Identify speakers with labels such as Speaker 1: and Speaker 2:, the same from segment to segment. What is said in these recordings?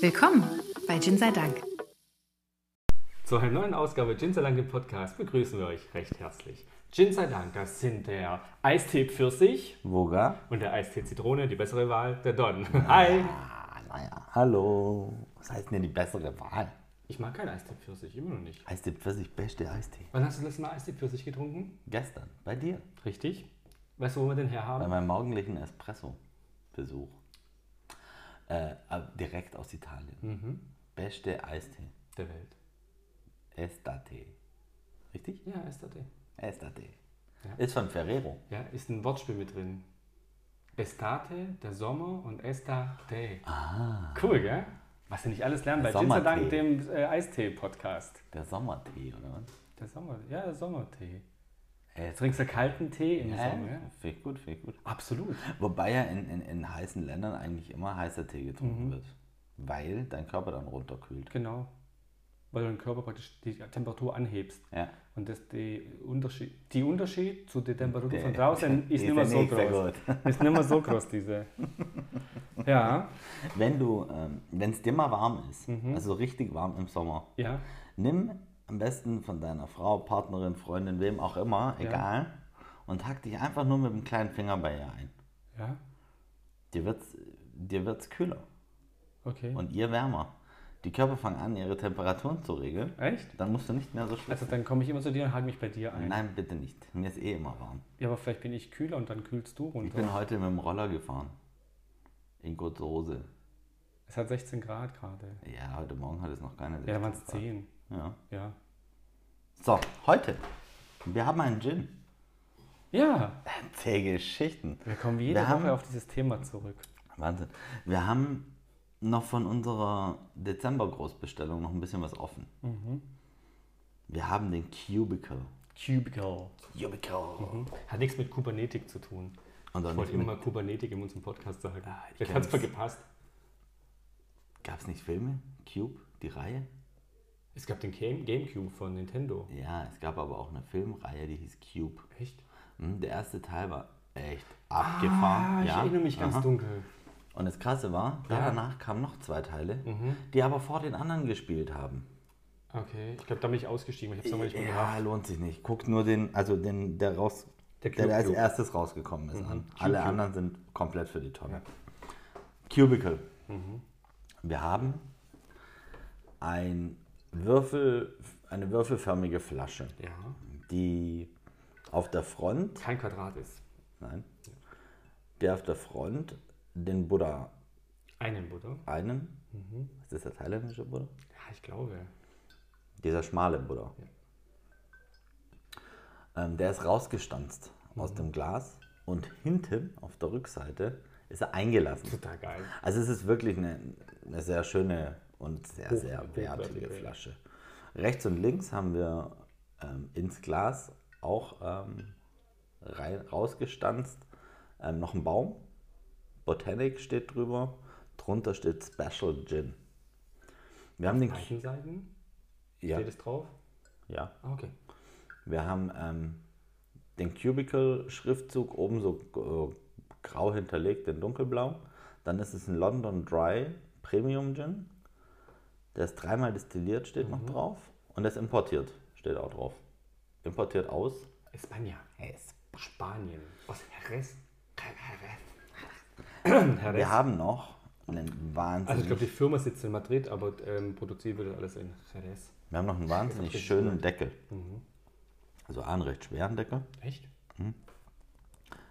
Speaker 1: Willkommen bei Gin sei Dank.
Speaker 2: Zu einer neuen Ausgabe Gin sei Dank im Podcast begrüßen wir euch recht herzlich. Gin sei Dank, das sind der Eistee Pfirsich
Speaker 3: Woga?
Speaker 2: und der Eistee Zitrone, die bessere Wahl, der Don. Hi!
Speaker 3: Ah, naja, hallo. Was heißt denn die bessere Wahl?
Speaker 2: Ich mag keinen Eistee Pfirsich, immer noch nicht.
Speaker 3: Eistee Pfirsich, beste Eistee.
Speaker 2: Wann hast du das letzte Mal Eistee Pfirsich getrunken?
Speaker 3: Gestern, bei dir.
Speaker 2: Richtig. Weißt du, wo wir den
Speaker 3: Bei
Speaker 2: herhaben?
Speaker 3: meinem morgendlichen Espresso-Besuch. Äh, ab- direkt aus Italien.
Speaker 2: Mhm.
Speaker 3: Beste Eistee.
Speaker 2: Der Welt.
Speaker 3: Estate. Richtig?
Speaker 2: Ja, Estate.
Speaker 3: Estate.
Speaker 2: Ja.
Speaker 3: Ist von Ferrero.
Speaker 2: Ja, ist ein Wortspiel mit drin. Estate, der Sommer und Estate. Ah. Cool, gell? Was wir nicht alles lernen bei
Speaker 3: Der
Speaker 2: Gin sei Dank,
Speaker 3: Sommertee.
Speaker 2: dem äh, Eistee-Podcast.
Speaker 3: Der Sommertee, oder was?
Speaker 2: Der Sommer, ja, der Sommertee.
Speaker 3: Äh,
Speaker 2: Trinkst du kalten Tee im
Speaker 3: äh,
Speaker 2: Sommer? Ja?
Speaker 3: Viel gut, viel gut.
Speaker 2: Absolut.
Speaker 3: Wobei ja in, in, in heißen Ländern eigentlich immer heißer Tee getrunken
Speaker 2: Mhm.
Speaker 3: wird. Weil dein Körper dann runterkühlt.
Speaker 2: Genau. Weil du den Körper praktisch die Temperatur anhebst.
Speaker 3: Ja.
Speaker 2: Und das die Unterschied, die Unterschied zu der Temperatur
Speaker 3: Der-
Speaker 2: von draußen ist
Speaker 3: ist
Speaker 2: nicht mehr
Speaker 3: ja
Speaker 2: so
Speaker 3: nicht sehr
Speaker 2: groß. Ist nicht mehr so groß, diese. Ja,
Speaker 3: Wenn du, ähm, wenn es dir mal warm ist, also richtig warm im Sommer,
Speaker 2: ja.
Speaker 3: nimm am besten von deiner Frau, Partnerin, Freundin, wem auch immer, egal, und hack dich einfach nur mit dem kleinen Finger bei ihr ein.
Speaker 2: Ja,
Speaker 3: Dir wird's, dir wird's kühler
Speaker 2: okay.
Speaker 3: und ihr wärmer. Die Körper fangen an, ihre Temperaturen zu regeln.
Speaker 2: Echt?
Speaker 3: Dann musst du nicht mehr so schwitzen.
Speaker 2: Also dann komme ich immer zu dir und hake mich bei dir ein.
Speaker 3: Nein, bitte nicht. Mir ist eh immer warm.
Speaker 2: Ja, aber vielleicht bin ich kühler und dann kühlst du
Speaker 3: Ich
Speaker 2: runter.
Speaker 3: bin heute mit dem Roller gefahren. In kurzer Hose.
Speaker 2: Es hat 16 Grad gerade.
Speaker 3: Ja, heute Morgen hat es noch keine
Speaker 2: Ja, da
Speaker 3: 16
Speaker 2: waren es
Speaker 3: Grad.
Speaker 2: 10.
Speaker 3: Ja.
Speaker 2: Ja.
Speaker 3: So, heute. Wir haben einen Gin.
Speaker 2: Ja,
Speaker 3: Zähe Geschichten.
Speaker 2: wir kommen jede
Speaker 3: Wir haben-
Speaker 2: Woche auf dieses Thema zurück.
Speaker 3: Wahnsinn. Wir haben noch von unserer Dezember-Großbestellung noch ein bisschen was offen.
Speaker 2: Mhm.
Speaker 3: Wir haben den Cubicle.
Speaker 2: Cubicle. Mhm.
Speaker 3: Cubicle.
Speaker 2: Hat nichts mit Kubernetik zu tun.
Speaker 3: Und
Speaker 2: Ich
Speaker 3: dann
Speaker 2: wollte immer mal Kubernetik in unserem Podcast sagen.
Speaker 3: Ah, ich
Speaker 2: Jetzt hat es mal
Speaker 3: kenn's.
Speaker 2: gepasst.
Speaker 3: gab es nicht Filme? Cube, die Reihe?
Speaker 2: Es gab den Game Gamecube von Nintendo.
Speaker 3: Ja, es gab aber auch eine Filmreihe, die hieß Cube.
Speaker 2: Echt?
Speaker 3: Hm, Der erste Teil war echt abgefahren.
Speaker 2: Ah, ich
Speaker 3: ja.
Speaker 2: erinnere mich ganz
Speaker 3: Aha.
Speaker 2: dunkel.
Speaker 3: Und das Krasse war,
Speaker 2: Ja. Mhm.
Speaker 3: danach kamen noch zwei Teile, die aber vor den anderen gespielt haben.
Speaker 2: Okay, ich glaube, da bin ich ausgestiegen. weil Ich habe es nochmal nicht mehr
Speaker 3: Ja,
Speaker 2: gemacht.
Speaker 3: lohnt sich nicht. Guckt nur den, also den, der raus,
Speaker 2: Der
Speaker 3: der, der als
Speaker 2: Cube-Cube.
Speaker 3: erstes rausgekommen ist an. Alle
Speaker 2: Cube-Cube.
Speaker 3: anderen sind komplett für die Tonne. Cubicle. Wir haben ein Würfel, eine würfelförmige Flasche,
Speaker 2: Ja.
Speaker 3: die auf der Front,
Speaker 2: Kein Quadrat ist.
Speaker 3: nein, die auf der Front den Buddha
Speaker 2: Einen, oder?
Speaker 3: einen, ist das der thailändische Buddha?
Speaker 2: Ja, ich glaube.
Speaker 3: Dieser schmale Buddha. Ähm, der ist rausgestanzt aus dem Glas und hinten auf der Rückseite ist er eingelassen.
Speaker 2: Total geil.
Speaker 3: Also es ist wirklich eine, eine sehr schöne und sehr, sehr
Speaker 2: hochwertige,
Speaker 3: wertige
Speaker 2: ja.
Speaker 3: Flasche. Rechts und links haben wir ähm, ins Glas auch ähm, rein, rausgestanzt ähm, noch einen Baum. Botanic steht drüber. Drunter steht Special Gin. Wir haben den...
Speaker 2: Beiden Seiten?
Speaker 3: Ja,
Speaker 2: Steht es drauf?
Speaker 3: ja.
Speaker 2: Ah, okay.
Speaker 3: Wir haben ähm, den Cubicle-Schriftzug oben so äh, grau hinterlegt in dunkelblau. Dann ist es ein London Dry Premium Gin. Der ist dreimal destilliert, steht noch drauf. Und der ist importiert, steht auch drauf. Importiert aus.
Speaker 2: Espanja. Spanien. Aus Jerez.
Speaker 3: Wir
Speaker 2: Jerez.
Speaker 3: haben noch einen
Speaker 2: Also ich
Speaker 3: wahnsinnig,
Speaker 2: glaube, die Firma sitzt in Madrid, aber ähm, produziert wird das alles in Jerez.
Speaker 3: wir haben noch einen Mhm. wahnsinnig schönen Deckel. Also einen recht schweren Deckel.
Speaker 2: Echt?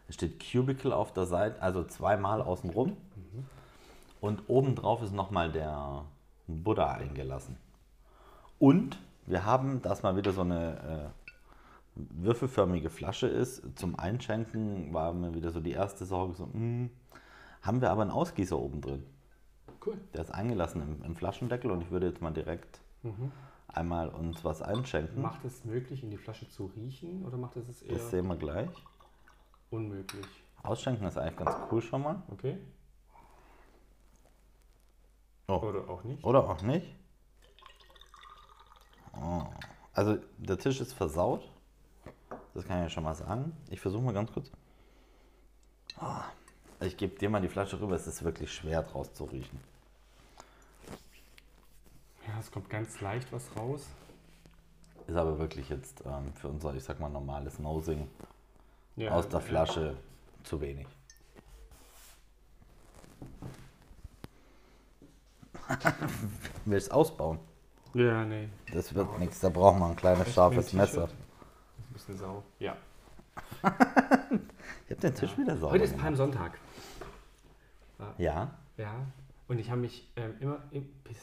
Speaker 3: Es steht Cubicle auf der Seite, also zweimal außenrum. Und obendrauf ist nochmal der Buddha eingelassen. Und wir haben, dass mal wieder so eine äh, würfelförmige Flasche ist, zum Einschenken war mir wieder so die erste Sorge, so, hm, haben wir aber einen Ausgießer oben drin.
Speaker 2: Cool.
Speaker 3: Der ist eingelassen im, im Flaschendeckel und ich würde jetzt mal direkt einmal uns was einschenken.
Speaker 2: Macht es möglich, in die Flasche zu riechen oder macht es es eher
Speaker 3: Hm? Das sehen wir gleich.
Speaker 2: unmöglich?
Speaker 3: Ausschenken ist eigentlich ganz cool schon mal.
Speaker 2: Okay.
Speaker 3: Oh.
Speaker 2: Oder auch nicht.
Speaker 3: Oder auch nicht. Oh. Also der Tisch ist versaut. Das kann ich ja schon mal sagen. Ich versuche mal ganz kurz. Oh. Ah. Ich gebe dir mal die Flasche rüber. Es ist wirklich schwer draus zu riechen.
Speaker 2: es kommt ganz leicht was raus.
Speaker 3: Ist aber wirklich jetzt ähm, für unser, ich sag mal, normales Nosing
Speaker 2: Ja,
Speaker 3: aus der
Speaker 2: ja.
Speaker 3: Flasche zu wenig. Willst ausbauen?
Speaker 2: Ja, nee.
Speaker 3: Das wird nichts, da brauchen wir ein kleines scharfes
Speaker 2: Mit dem T-Shirt.
Speaker 3: Messer.
Speaker 2: Das ist ein bisschen sau. Ja.
Speaker 3: Ich hab den Tisch wieder sauber
Speaker 2: Heute ist
Speaker 3: gemacht.
Speaker 2: Palmsonntag.
Speaker 3: Ja,
Speaker 2: Ja. Und ich habe mich ähm, immer, im- bis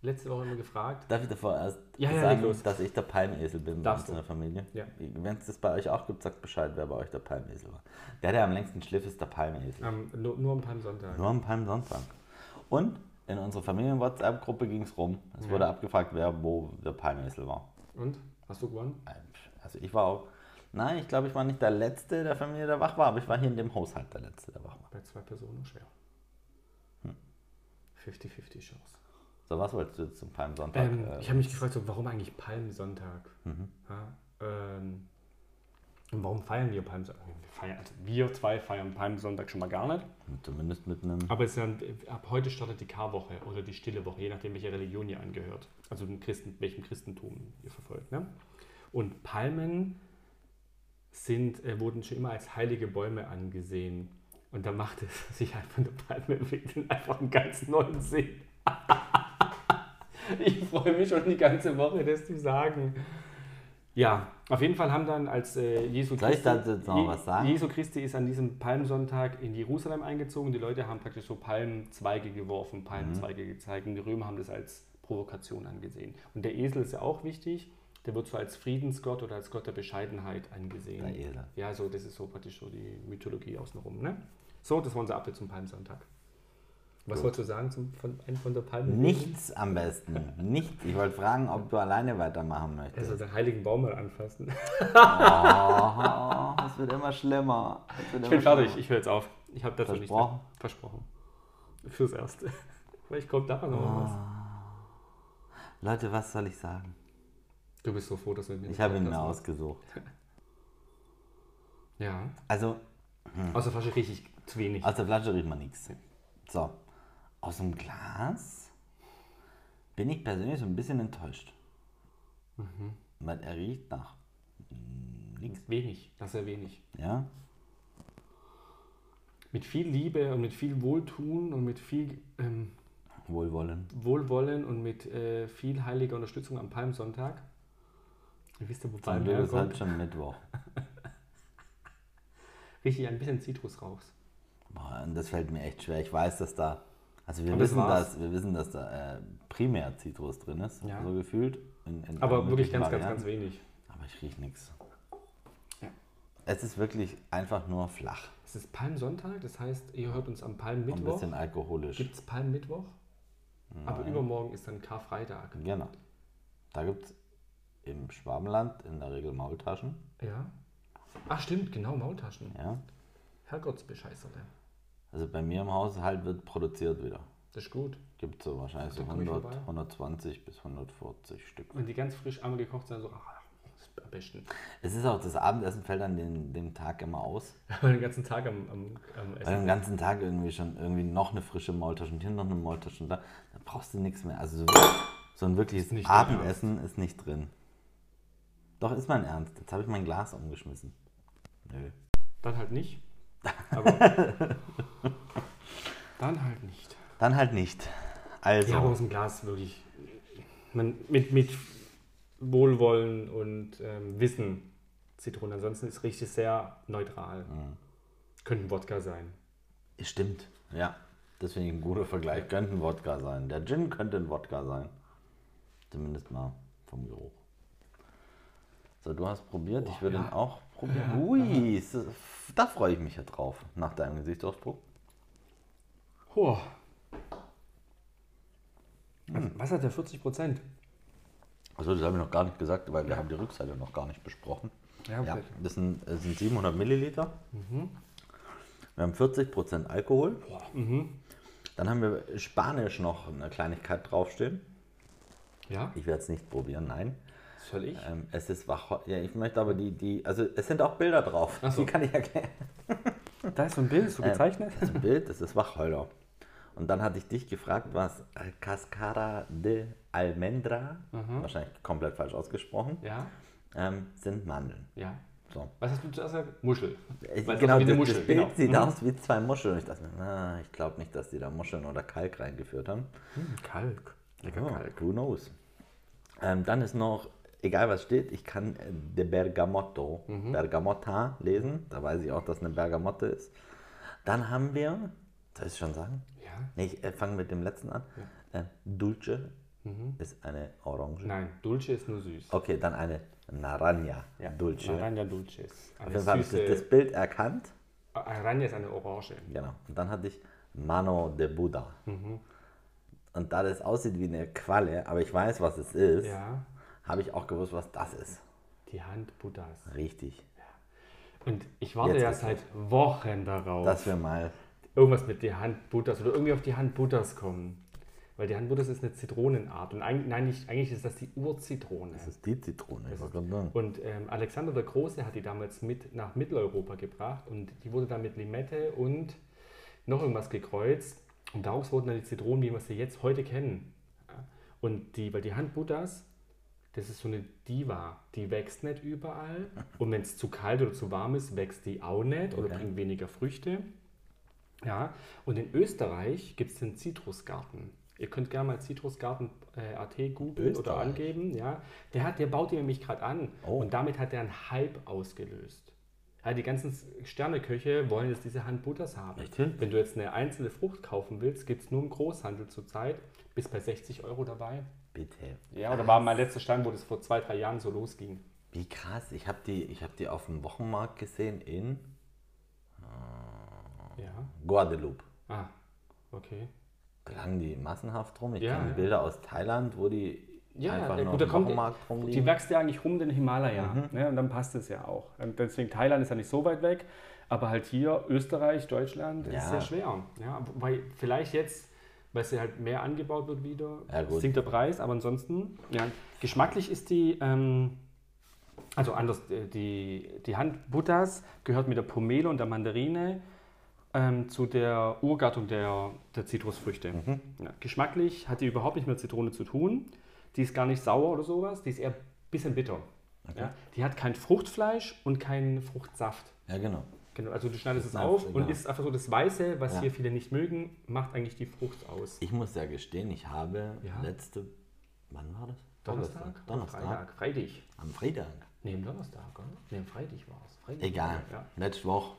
Speaker 2: letzte Woche immer gefragt.
Speaker 3: darf ich davor erst
Speaker 2: Ja, ja, leg
Speaker 3: sagen,
Speaker 2: los.
Speaker 3: dass ich der Palmesel bin bei
Speaker 2: Darfst
Speaker 3: uns in der Familie?
Speaker 2: Ja.
Speaker 3: Wenn es das bei euch auch gibt, sagt Bescheid, wer bei euch der Palmesel war. Der, der am längsten schliff, ist der Palmesel.
Speaker 2: Ähm, nur, nur am Palmsonntag.
Speaker 3: Nur am Palmsonntag. Und in unserer Familien-WhatsApp-Gruppe ging es rum. Es wurde abgefragt, wer wo der Palmesel war.
Speaker 2: Und? Hast du gewonnen?
Speaker 3: Also ich war auch. Nein, ich glaube, ich war nicht der Letzte der Familie, der wach war, aber ich war hier in dem Haushalt der Letzte, der wach war.
Speaker 2: Bei zwei Personen schwer.
Speaker 3: Hm.
Speaker 2: 50-50 Chance.
Speaker 3: So, was wolltest du jetzt zum Palmsonntag?
Speaker 2: Ähm,
Speaker 3: äh,
Speaker 2: ich habe mich gefragt, so, warum eigentlich Palmsonntag? Ja, ähm, und warum feiern wir Palmsonntag? Wir, feiern, also wir zwei feiern Palmsonntag schon mal gar nicht.
Speaker 3: äh, zumindest mit einem.
Speaker 2: Aber es ist ja, ein- ab heute startet die Karwoche oder die stille Woche, je nachdem, welcher Religion ihr angehört. Also dem Christen, welchem Christentum ihr verfolgt. Ne? Und Palmen sind, äh, wurden schon immer als heilige Bäume angesehen. Und da macht es sich einfach eine Palme entwickelt einfach einen ganz neuen Sinn. ich freue mich schon die ganze Woche, dass die sagen. Ja, auf jeden Fall haben dann als äh, Jesu
Speaker 3: Soll ich
Speaker 2: Christi,
Speaker 3: dazu jetzt noch
Speaker 2: Je-
Speaker 3: was sagen?
Speaker 2: Jesu Christi ist an diesem Palmsonntag in Jerusalem eingezogen. Die Leute haben praktisch so Palmzweige geworfen, Palmzweige
Speaker 3: Mhm.
Speaker 2: gezeigt. Und die Römer haben das als Provokation angesehen. Und der Esel ist ja auch wichtig. Der wird so als Friedensgott oder als Gott der Bescheidenheit angesehen.
Speaker 3: Der Esel.
Speaker 2: Ja, so das ist so praktisch so die Mythologie außenrum. Ne? So, das war unser Update zum Palmsonntag. Was wolltest du sagen zum, von, von der Palme?
Speaker 3: Nichts am besten. Nichts. Ich wollte fragen, ob du alleine weitermachen möchtest.
Speaker 2: Also den heiligen Baum mal anfassen.
Speaker 3: Oh, es wird immer schlimmer. Es wird
Speaker 2: Ich
Speaker 3: immer
Speaker 2: bin fertig,
Speaker 3: schlimmer.
Speaker 2: ich höre jetzt auf. Ich habe dazu nichts mehr. Versprochen. Fürs Erste. Vielleicht kommt da noch
Speaker 3: Ah.
Speaker 2: mal was.
Speaker 3: Leute, was soll ich sagen?
Speaker 2: Du bist so froh, dass wir mit
Speaker 3: Ich habe ihn mir ausgesucht.
Speaker 2: Ja.
Speaker 3: Also,
Speaker 2: Aus der Flasche rieche ich zu wenig.
Speaker 3: Aus der Flasche riecht man nichts. So, aus dem Glas bin ich persönlich so ein bisschen enttäuscht.
Speaker 2: Mhm.
Speaker 3: Weil er riecht nach nichts.
Speaker 2: wenig. Das ist ja wenig.
Speaker 3: Ja?
Speaker 2: Mit viel Liebe und mit viel Wohltun und mit viel ähm,
Speaker 3: Wohlwollen.
Speaker 2: Wohlwollen und mit äh, viel heiliger Unterstützung am Palmsonntag. Ihr wisst ja, wo
Speaker 3: Zum
Speaker 2: Palm
Speaker 3: Glück ist halt
Speaker 2: herkommt.
Speaker 3: schon Mittwoch.
Speaker 2: Rieche ich ein bisschen Zitrus raus.
Speaker 3: Boah, und das fällt mir echt schwer. Ich weiß, dass da. Also wir
Speaker 2: Aber das
Speaker 3: wissen,
Speaker 2: war's.
Speaker 3: dass, wir wissen, dass da äh, primär Zitrus drin ist,
Speaker 2: Ja.
Speaker 3: so gefühlt. in- in
Speaker 2: Aber
Speaker 3: allen
Speaker 2: wirklich
Speaker 3: möglichen
Speaker 2: ganz, ganz, ganz
Speaker 3: Varianten.
Speaker 2: wenig.
Speaker 3: Aber ich rieche nichts.
Speaker 2: Ja.
Speaker 3: Es ist wirklich einfach nur flach.
Speaker 2: Es ist Palmsonntag, das heißt, ihr hört uns am
Speaker 3: Und ein
Speaker 2: Palmmittwoch.
Speaker 3: bisschen alkoholisch.
Speaker 2: Gibt es Palmmittwoch? Aber übermorgen ist dann Karfreitag.
Speaker 3: Genau. Da gibt es im Schwabenland in der Regel Maultaschen.
Speaker 2: Ja. Ach stimmt, genau, Maultaschen.
Speaker 3: Ja.
Speaker 2: Herrgottsbescheißerte.
Speaker 3: Also bei mir im Haushalt wird produziert wieder.
Speaker 2: Das ist gut.
Speaker 3: Gibt so wahrscheinlich so
Speaker 2: Da komm ich
Speaker 3: 100,
Speaker 2: vorbei.
Speaker 3: 120 bis 140 Stück.
Speaker 2: Wenn die ganz frisch einmal gekocht sind, so, ah, das ist am besten.
Speaker 3: Es ist auch, das Abendessen fällt an den, dem Tag immer aus.
Speaker 2: Aber den ganzen Tag am, am, am
Speaker 3: Weil du
Speaker 2: Essen.
Speaker 3: den ganzen Tag irgendwie schon irgendwie noch eine frische Maultasche und hier noch eine Maultasche und da, da brauchst du nichts mehr. Also so, so ein wirkliches
Speaker 2: nicht dein
Speaker 3: Abendessen ist nicht drin. Doch, ist mein Ernst. Jetzt habe ich mein Glas umgeschmissen. Nö.
Speaker 2: Dann halt nicht. Aber dann halt nicht.
Speaker 3: Dann halt nicht. Also.
Speaker 2: Ja, aber aus dem Glas wirklich. Man, mit, mit Wohlwollen und ähm, Wissen Zitrone. Ansonsten ist richtig sehr neutral. Könnte ein Wodka sein.
Speaker 3: Stimmt, ja. Das finde ich ein guter Vergleich. Könnte ein Wodka sein. Der Gin könnte ein Wodka sein. Zumindest mal vom Geruch. So, du hast probiert. ich würde ihn auch probieren. Ui, ist das- da freue ich mich ja drauf. Nach deinem Gesichtsausdruck.
Speaker 2: Boah. Was hat der 40 Prozent?
Speaker 3: Achso, das habe ich noch gar nicht gesagt, weil wir haben die Rückseite noch gar nicht besprochen.
Speaker 2: Ja, okay. Mhm.
Speaker 3: Ja, das sind, das sind 700 Milliliter. Wir haben 40% Alkohol.
Speaker 2: Mhm.
Speaker 3: Dann haben wir Spanisch noch eine Kleinigkeit draufstehen.
Speaker 2: Ja,
Speaker 3: Ich werde es nicht probieren, nein.
Speaker 2: soll ich?
Speaker 3: Ähm, es ist wach. Ja, ich möchte aber die, die, also es sind auch Bilder drauf.
Speaker 2: Ach so.
Speaker 3: Die kann ich erklären. äh,
Speaker 2: Da ist so ein Bild, so gezeichnet.
Speaker 3: Das Bild, das ist Wacholder. Und dann hatte ich dich gefragt, was äh, Cascara de Almendra, wahrscheinlich komplett falsch ausgesprochen,
Speaker 2: Mhm. Ja,
Speaker 3: ähm, sind Mandeln.
Speaker 2: ja.
Speaker 3: So.
Speaker 2: Was hast du zuerst gesagt? Muschel.
Speaker 3: Ich,
Speaker 2: Weil es
Speaker 3: genau,
Speaker 2: aussieht wie
Speaker 3: das,
Speaker 2: eine Muschel,
Speaker 3: das Bild
Speaker 2: genau.
Speaker 3: sieht aus wie zwei Muscheln. Und ich dachte mir, na, ich glaube nicht, dass die da Muscheln oder Kalk reingeführt haben.
Speaker 2: Kalk. Lecker
Speaker 3: Oh,
Speaker 2: Kalk.
Speaker 3: who knows? Ähm, dann ist noch, egal was steht, ich kann äh, de Bergamotto,
Speaker 2: Mhm.
Speaker 3: Bergamotta lesen. Da weiß ich auch, dass eine Bergamotte ist. Dann haben wir, soll ich es schon sagen?
Speaker 2: Ja.
Speaker 3: Nee, ich äh, fange mit dem letzten an. Äh, Dulce
Speaker 2: Mhm.
Speaker 3: ist eine Orange.
Speaker 2: Nein, Dulce ist nur süß.
Speaker 3: Okay, dann eine Naranja Dulce.
Speaker 2: Aranja Dulce ist
Speaker 3: Auf
Speaker 2: eine
Speaker 3: jeden Fall habe ich das, das
Speaker 2: süße...
Speaker 3: Bild erkannt.
Speaker 2: Aranja ist eine Orange.
Speaker 3: Genau. Und dann hatte ich Mano de Buddha.
Speaker 2: Mhm.
Speaker 3: Und da das aussieht wie eine Qualle, aber ich weiß, was es ist,
Speaker 2: Ja,
Speaker 3: habe ich auch gewusst, was das ist.
Speaker 2: die Hand Buddhas.
Speaker 3: Richtig.
Speaker 2: Und ich warte
Speaker 3: Jetzt
Speaker 2: ja
Speaker 3: geht's
Speaker 2: seit Wochen darauf,
Speaker 3: Dass wir mal.
Speaker 2: irgendwas mit der Hand Buddhas oder irgendwie auf die Hand Buddhas kommen. Weil die Hand Buddhas ist eine Zitronenart. Und eigentlich, nein, nicht, eigentlich ist das die Urzitrone.
Speaker 3: Das ist die Zitrone. ich wollte gerade sagen.
Speaker 2: Und ähm, Alexander der Große hat die damals mit nach Mitteleuropa gebracht und die wurde dann mit Limette und noch irgendwas gekreuzt. Und daraus wurden dann die Zitronen, wie wir sie jetzt heute kennen. Ja. Und die, weil die Hand Buddhas, das ist so eine Diva, die wächst nicht überall. Und wenn es zu kalt oder zu warm ist, wächst die auch nicht oder
Speaker 3: Okay.
Speaker 2: bringt weniger Früchte. Ja, und in Österreich gibt es den Zitrusgarten. Ihr könnt gerne mal Zitrusgarten äh, AT googeln oder
Speaker 3: Österreich?
Speaker 2: angeben. Ja, der, hat, der baut ihn nämlich gerade an
Speaker 3: Oh.
Speaker 2: und damit hat er einen Hype ausgelöst. Ja, die ganzen Sterneköche wollen jetzt diese Hand Butters haben.
Speaker 3: Echt jetzt?
Speaker 2: Wenn du jetzt eine einzelne Frucht kaufen willst, gibt es nur im Großhandel zurzeit bis bei 60 Euro dabei.
Speaker 3: Bitte.
Speaker 2: Ja, oder war mein letzter Stand, wo das vor zwei, drei Jahren so losging.
Speaker 3: Wie krass. Ich habe die, ich hab die auf dem Wochenmarkt gesehen in
Speaker 2: Ja.
Speaker 3: Guadeloupe.
Speaker 2: Ah, okay.
Speaker 3: Da lagen die massenhaft rum. Ich
Speaker 2: Ja,
Speaker 3: kenne
Speaker 2: ja.
Speaker 3: Bilder aus Thailand, wo die
Speaker 2: Ja,
Speaker 3: einfach
Speaker 2: äh,
Speaker 3: nur
Speaker 2: gut, da
Speaker 3: auf dem
Speaker 2: kommt,
Speaker 3: Wochenmarkt
Speaker 2: die,
Speaker 3: rumliegen. Mhm.
Speaker 2: die wächst ja eigentlich rum den Himalaya. Ne? Und dann passt es ja auch. Und deswegen Thailand ist ja nicht so weit weg, aber halt hier Österreich, Deutschland
Speaker 3: Ja.
Speaker 2: ist sehr schwer. Ja, weil vielleicht jetzt, weil es ja halt mehr angebaut wird wieder,
Speaker 3: Ja, gut.
Speaker 2: sinkt der Preis, aber ansonsten, ja, geschmacklich ist die, ähm, also anders, äh, die, die Hand Buddhas gehört mit der Pomelo und der Mandarine ähm, zu der Urgattung der, der Zitrusfrüchte.
Speaker 3: Mhm.
Speaker 2: Ja, geschmacklich hat die überhaupt nicht mit Zitrone zu tun. Die ist gar nicht sauer oder sowas, die ist eher ein bisschen bitter. Ja, die hat kein Fruchtfleisch und keinen Fruchtsaft.
Speaker 3: ja, genau.
Speaker 2: Genau, also du schneidest es
Speaker 3: Fruchtsaft,
Speaker 2: auf und
Speaker 3: genau.
Speaker 2: isst einfach so das Weiße, was
Speaker 3: Ja.
Speaker 2: hier viele nicht mögen, macht eigentlich die Frucht aus.
Speaker 3: Ich muss ja gestehen, ich habe
Speaker 2: Ja.
Speaker 3: letzte. Wann war das?
Speaker 2: Donnerstag?
Speaker 3: Donnerstag.
Speaker 2: Freitag? Freitag.
Speaker 3: Am Freitag.
Speaker 2: Nee, am Donnerstag, oder? Nee, am Freitag war es. Freitag.
Speaker 3: Egal.
Speaker 2: Ja.
Speaker 3: Letzte Woche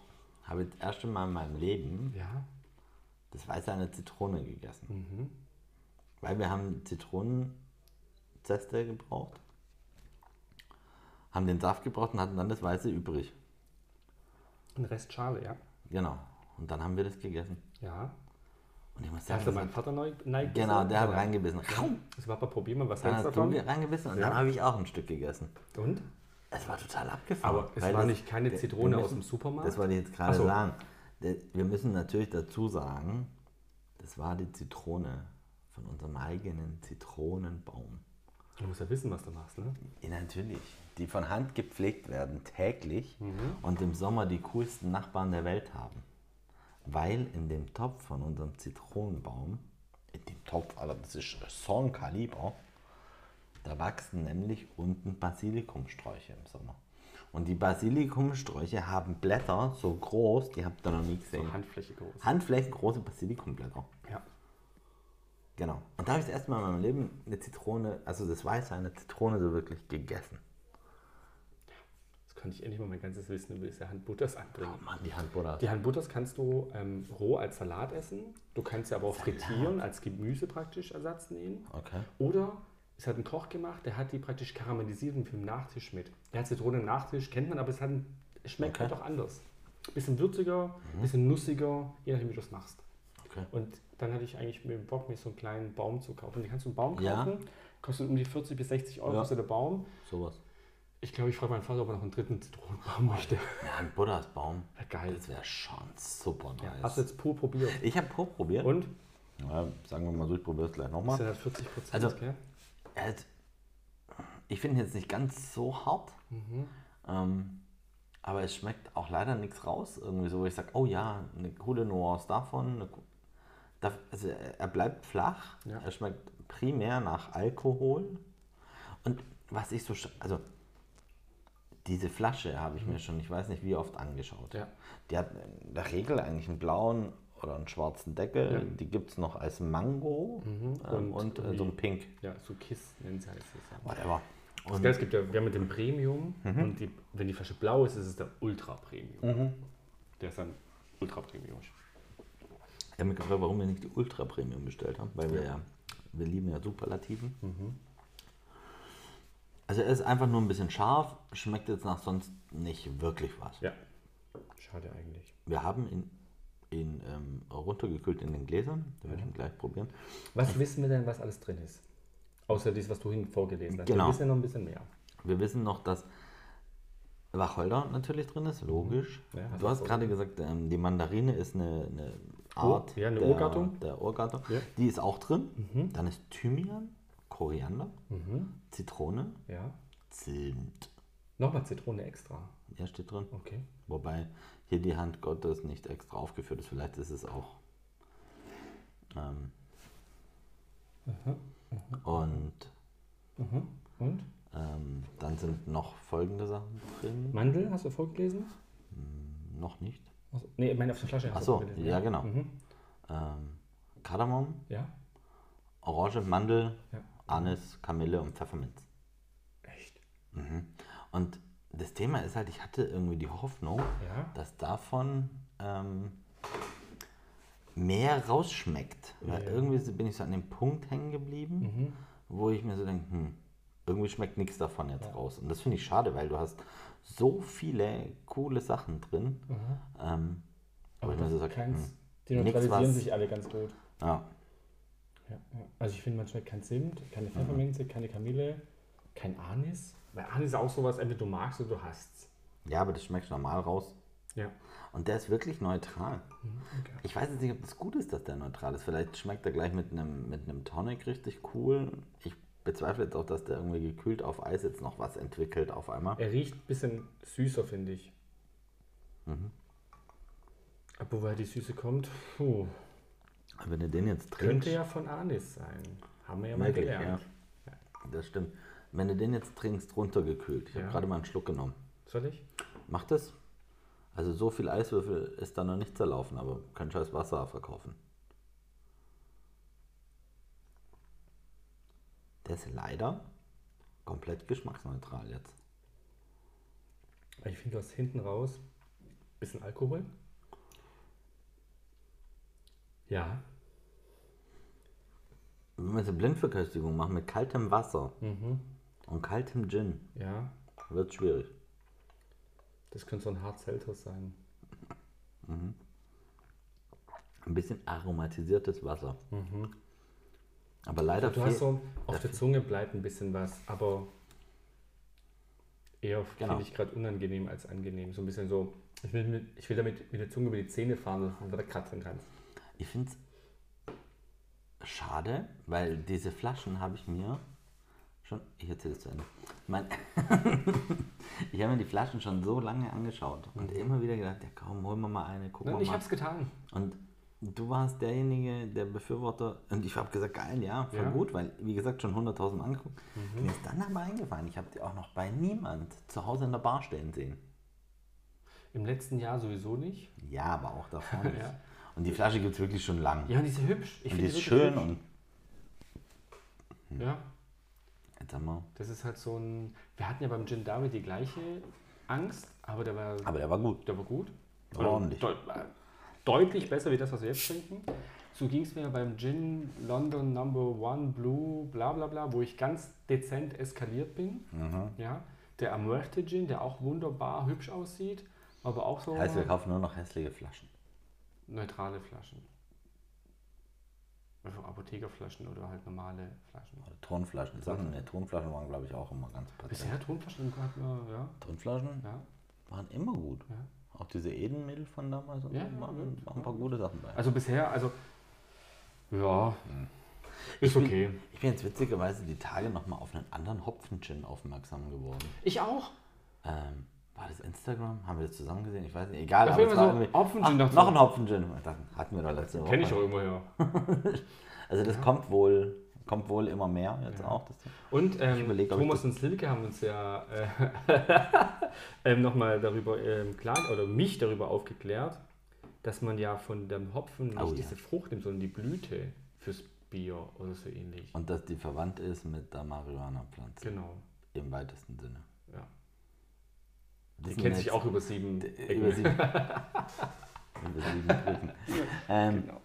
Speaker 3: habe ich das erste Mal in meinem Leben
Speaker 2: ja.
Speaker 3: das Weiße an der Zitrone gegessen.
Speaker 2: Mhm.
Speaker 3: Weil wir haben Zitronenzeste gebraucht, haben den Saft gebraucht und hatten dann das Weiße übrig.
Speaker 2: Ein Rest Schale, ja.
Speaker 3: Genau. Und dann haben wir das gegessen.
Speaker 2: Ja.
Speaker 3: Und ich muss
Speaker 2: Da
Speaker 3: sagen,
Speaker 2: hast du
Speaker 3: das
Speaker 2: meinen
Speaker 3: hat-
Speaker 2: Vater neu neigt.
Speaker 3: genau, der hat reingebissen. Raum.
Speaker 2: Das war aber probier mal, was
Speaker 3: Dann
Speaker 2: hältst du
Speaker 3: hast du
Speaker 2: davon?
Speaker 3: reingebissen und
Speaker 2: Ja.
Speaker 3: dann habe ich auch ein Stück gegessen.
Speaker 2: Und?
Speaker 3: Es war total abgefahren.
Speaker 2: Aber es
Speaker 3: weil
Speaker 2: war
Speaker 3: das-
Speaker 2: nicht keine
Speaker 3: wir-
Speaker 2: Zitrone
Speaker 3: wir
Speaker 2: aus dem Supermarkt?
Speaker 3: Das wollte ich jetzt
Speaker 2: Ach
Speaker 3: gerade
Speaker 2: so.
Speaker 3: sagen. Der- Wir müssen natürlich dazu sagen, das war die Zitrone von unserem eigenen Zitronenbaum.
Speaker 2: Du musst ja wissen, was du machst, ne?
Speaker 3: Ja, natürlich. Die von Hand gepflegt werden täglich und im Sommer die coolsten Nachbarn der Welt haben. Weil in dem Topf von unserem Zitronenbaum, in dem Topf, Alter, das ist Sonkaliber, da wachsen nämlich unten Basilikumsträuche im Sommer. Und die Basilikumsträuche haben Blätter so groß, die habt ihr noch nie gesehen.
Speaker 2: So Handfläche groß.
Speaker 3: Handflächen große Basilikumblätter.
Speaker 2: Ja.
Speaker 3: Genau. Und da habe ich das erste Mal in meinem Leben eine Zitrone, also das Weiße einer Zitrone so wirklich gegessen.
Speaker 2: Jetzt könnte ich endlich mal mein ganzes Wissen über diese Hand Butters anbringen.
Speaker 3: Oh Mann, die Hand Buddha.
Speaker 2: Die Hand Butters kannst du ähm, roh als Salat essen. Du kannst sie aber auch frittieren, als Gemüse praktisch Ersatz nehmen.
Speaker 3: Okay.
Speaker 2: Oder es hat ein Koch gemacht, der hat die praktisch karamellisiert und für den Nachtisch mit. Der hat Zitrone im Nachtisch, kennt man, aber es, hat ein, es schmeckt
Speaker 3: Okay. Mhm.
Speaker 2: halt auch anders. Bisschen würziger, bisschen nussiger, je nachdem, wie du es machst.
Speaker 3: okay.
Speaker 2: Und dann hatte ich eigentlich mit dem Bock, mir so einen kleinen Baum zu kaufen. Den kannst du einen Baum
Speaker 3: Ja.
Speaker 2: kaufen, kostet um die 40 bis 60 Euro
Speaker 3: Ja.
Speaker 2: kostet der Baum.
Speaker 3: Sowas.
Speaker 2: Ich glaube, ich frage meinen Vater, ob er noch einen dritten Zitronenbaum möchte.
Speaker 3: Ja, ein Buddhasbaum.
Speaker 2: Ja, geil.
Speaker 3: Das wäre schon super
Speaker 2: Ja,
Speaker 3: nice.
Speaker 2: hast du jetzt pur probiert.
Speaker 3: ich habe pur probiert.
Speaker 2: Und?
Speaker 3: Ja, sagen wir mal so, ich probiere es gleich
Speaker 2: Das sind
Speaker 3: nochmal.
Speaker 2: halt 40 Prozent,
Speaker 3: Also-
Speaker 2: gell?
Speaker 3: Ich finde jetzt nicht ganz so hart.
Speaker 2: Mhm.
Speaker 3: Ähm, aber es schmeckt auch leider nichts raus. Irgendwie so, wo ich sage, oh ja, eine coole Nuance davon. Eine, co- Da, also er er bleibt flach,
Speaker 2: Ja.
Speaker 3: er schmeckt primär nach Alkohol. Und was ich so, sch- also diese Flasche habe ich mir schon, ich weiß nicht wie oft angeschaut.
Speaker 2: Mhm. Ja.
Speaker 3: Die hat in der Regel eigentlich einen blauen oder einen schwarzen Deckel.
Speaker 2: Ja. Mhm.
Speaker 3: Die gibt es noch als Mango ähm, und,
Speaker 2: Und
Speaker 3: äh, so
Speaker 2: wie-
Speaker 3: ein Pink.
Speaker 2: Ja, so Kiss nennen sie halt das.
Speaker 3: Whatever.
Speaker 2: Das
Speaker 3: Und
Speaker 2: Geile, es gibt ja, wir haben mit dem Premium und die, wenn die Flasche blau ist, ist es der Ultra Premium. Der ist dann Ultra Premium.
Speaker 3: ich habe mich gefragt, warum wir nicht die Ultra Premium bestellt haben, weil wir ja, wir lieben ja Superlativen. Also er ist einfach nur ein bisschen scharf, schmeckt jetzt nach sonst nicht wirklich was.
Speaker 2: Ja. Schade eigentlich.
Speaker 3: Wir haben ihn, ihn ähm, runtergekühlt in den Gläsern, da würde ich ihn gleich probieren.
Speaker 2: Was wissen wir denn, was alles drin ist? Außer dies, was du hinten vorgelesen hast.
Speaker 3: Genau.
Speaker 2: Wir wissen ja noch ein bisschen mehr.
Speaker 3: Wir wissen noch, dass Wacholder natürlich drin ist, logisch.
Speaker 2: Mhm. Ja, hast
Speaker 3: du
Speaker 2: du
Speaker 3: hast
Speaker 2: vorhin.
Speaker 3: gerade gesagt, ähm, die Mandarine ist eine, eine Art
Speaker 2: ja, eine
Speaker 3: der,
Speaker 2: Urgattung.
Speaker 3: der Urgattung.
Speaker 2: Ja. Mhm.
Speaker 3: Die ist auch drin. Dann ist Thymian, Koriander, Zitrone,
Speaker 2: Ja.
Speaker 3: Zimt.
Speaker 2: Nochmal Zitrone extra.
Speaker 3: Ja, steht drin.
Speaker 2: Okay.
Speaker 3: Wobei hier die Hand Gottes nicht extra aufgeführt ist. Vielleicht ist es auch. Ähm,
Speaker 2: Mhm.
Speaker 3: Und
Speaker 2: Und?
Speaker 3: ähm, dann sind noch folgende Sachen drin.
Speaker 2: Mandel hast du vorgelesen?
Speaker 3: Noch nicht.
Speaker 2: Also, nee, ich meine auf der Flasche. hast du
Speaker 3: Achso,
Speaker 2: vorgelesen.
Speaker 3: ja genau.
Speaker 2: Mhm.
Speaker 3: Ähm, Kardamom,
Speaker 2: Ja?
Speaker 3: Orange, Mandel,
Speaker 2: Ja.
Speaker 3: Anis, Kamille und Pfefferminz.
Speaker 2: Echt?
Speaker 3: Und das Thema ist halt, ich hatte irgendwie die Hoffnung,
Speaker 2: Ja?
Speaker 3: dass davon ähm, mehr rausschmeckt. Weil
Speaker 2: Ja.
Speaker 3: irgendwie so- bin ich so an dem Punkt hängen geblieben,
Speaker 2: Mhm.
Speaker 3: wo ich mir so denke, hm, irgendwie schmeckt nichts davon jetzt raus. Und das finde ich schade, weil du hast so viele coole Sachen drin. Ähm, wo ich mir so sag,
Speaker 2: Keins.
Speaker 3: hm,
Speaker 2: Die
Speaker 3: Nix,
Speaker 2: neutralisieren
Speaker 3: was-
Speaker 2: sich alle ganz gut.
Speaker 3: ja.
Speaker 2: Ja, ja. Also ich finde, man schmeckt kein Zimt, keine Pfefferminze, keine Kamille, kein Anis. Weil Anis ist auch sowas, entweder du magst oder du hasst
Speaker 3: ja, aber das schmeckt normal raus.
Speaker 2: Ja.
Speaker 3: Und der ist wirklich neutral.
Speaker 2: Okay.
Speaker 3: Ich weiß jetzt nicht, ob das gut ist, dass der neutral ist. Vielleicht schmeckt er gleich mit einem, mit einem Tonic richtig cool. Ich bezweifle jetzt auch, dass der irgendwie gekühlt auf Eis jetzt noch was entwickelt auf einmal.
Speaker 2: Er riecht ein bisschen süßer, finde ich.
Speaker 3: Mhm.
Speaker 2: Aber woher die Süße kommt, puh,
Speaker 3: Wenn du den jetzt trinkst,
Speaker 2: könnte ja von Anis sein. Haben wir ja mal
Speaker 3: möglich,
Speaker 2: gelernt.
Speaker 3: ja. Das stimmt. Wenn du den jetzt trinkst, runtergekühlt. Ich
Speaker 2: Ja.
Speaker 3: habe gerade mal einen Schluck genommen.
Speaker 2: Soll ich?
Speaker 3: Macht das? Also so viel Eiswürfel ist da noch nicht zerlaufen, aber kein scheiß Wasser verkaufen. Der ist leider komplett geschmacksneutral jetzt.
Speaker 2: Weil ich finde, du hast hinten raus ein bisschen Alkohol. Ja.
Speaker 3: Wenn wir jetzt eine Blindverköstigung machen mit kaltem Wasser
Speaker 2: Mhm.
Speaker 3: und kaltem Gin,
Speaker 2: Ja.
Speaker 3: wird schwierig.
Speaker 2: Das könnte so ein Hard-Seltzer sein.
Speaker 3: Ein bisschen aromatisiertes Wasser. Aber leider
Speaker 2: Mhm. Du
Speaker 3: fehl-
Speaker 2: hast so, auf der Zunge bleibt ein bisschen was, aber eher
Speaker 3: Genau.
Speaker 2: finde ich gerade unangenehm als angenehm. So ein bisschen so, ich will, mit, ich will damit mit der Zunge über die Zähne fahren, dass du da kratzen kannst.
Speaker 3: Ich finde es schade, weil diese Flaschen habe ich mir schon. Ich erzähle es zu Ende. Mein ich habe mir die Flaschen schon so lange angeschaut und immer wieder gedacht, ja komm, holen wir mal eine,
Speaker 2: Mhm.
Speaker 3: gucken
Speaker 2: Nein,
Speaker 3: wir
Speaker 2: ich
Speaker 3: mal.
Speaker 2: hab's getan.
Speaker 3: Und du warst derjenige, der Befürworter. Und ich habe gesagt, geil, ja, voll
Speaker 2: Ja. Mhm.
Speaker 3: gut, weil, wie gesagt, schon 100.000 angeguckt. Mir ist dann aber eingefallen, ich habe die auch noch bei niemand zu Hause in der Bar stehen sehen.
Speaker 2: Im letzten Jahr sowieso nicht.
Speaker 3: Ja, aber auch davor nicht.
Speaker 2: Ja.
Speaker 3: Und die Flasche gibt es wirklich schon lang.
Speaker 2: Ja, und die ist hübsch. Ich
Speaker 3: und
Speaker 2: finde
Speaker 3: die ist
Speaker 2: wirklich
Speaker 3: schön
Speaker 2: hübsch.
Speaker 3: und
Speaker 2: Ja,
Speaker 3: jetzt haben wir.
Speaker 2: das ist halt so ein. Wir hatten ja beim Gin David die gleiche Angst, aber der war,
Speaker 3: Aber der war gut.
Speaker 2: der war gut.
Speaker 3: War ordentlich.
Speaker 2: Deut äh, deutlich besser wie das, was wir jetzt trinken. So ging es mir beim Gin London Number One Blue, bla bla bla, wo ich ganz dezent eskaliert bin.
Speaker 3: Mhm.
Speaker 2: Ja, der Amuerte Gin, der auch wunderbar hübsch aussieht, aber auch so
Speaker 3: Heißt, wir kaufen nur noch hässliche Flaschen.
Speaker 2: neutrale Flaschen. Also Apothekerflaschen oder halt normale Flaschen.
Speaker 3: Oder Tonflaschen. Sagen wir, Tonflaschen waren, glaube ich, auch immer ganz patent.
Speaker 2: Bisher Tonflaschen hatten wir, ja.
Speaker 3: Tonflaschen
Speaker 2: ja.
Speaker 3: waren immer gut.
Speaker 2: Ja.
Speaker 3: Auch diese Edenmittel von damals und
Speaker 2: Ja,
Speaker 3: so
Speaker 2: ja,
Speaker 3: waren,
Speaker 2: ja.
Speaker 3: waren ein paar gute Sachen bei.
Speaker 2: Also bisher, also. Ja. Ist okay.
Speaker 3: Mhm. Ich bin jetzt witzigerweise die Tage nochmal auf einen anderen Hopfen-Gin aufmerksam geworden.
Speaker 2: Ich auch.
Speaker 3: Ähm, War das Instagram? Haben wir das zusammen gesehen? Ich weiß nicht. Egal,
Speaker 2: Auf
Speaker 3: aber
Speaker 2: jeden
Speaker 3: es
Speaker 2: Fall
Speaker 3: war
Speaker 2: so
Speaker 3: irgendwie.
Speaker 2: Hopfen-Gin
Speaker 3: Ach,
Speaker 2: dazu.
Speaker 3: noch ein Hopfen-Gin. Das hatten wir doch letzte Woche.
Speaker 2: Kenne ich auch irgendwo her.
Speaker 3: Also das kommt wohl, kommt wohl immer mehr jetzt auch. Das
Speaker 2: Und ähm,
Speaker 3: überleg, ob ich
Speaker 2: Thomas und Silke haben uns ja äh, ähm, nochmal darüber ähm, klar oder mich darüber aufgeklärt, dass man ja von dem Hopfen nicht
Speaker 3: Oh ja.
Speaker 2: diese Frucht nimmt, sondern die Blüte fürs Bier oder so ähnlich.
Speaker 3: und dass die verwandt ist mit der Marihuana-Pflanze.
Speaker 2: Genau.
Speaker 3: Im weitesten Sinne.
Speaker 2: Ja.
Speaker 3: Das
Speaker 2: Die
Speaker 3: sind
Speaker 2: kennt sich
Speaker 3: jetzt äh,
Speaker 2: auch über sieben
Speaker 3: Über sieben. über sieben Brücken. Ähm,
Speaker 2: Genau.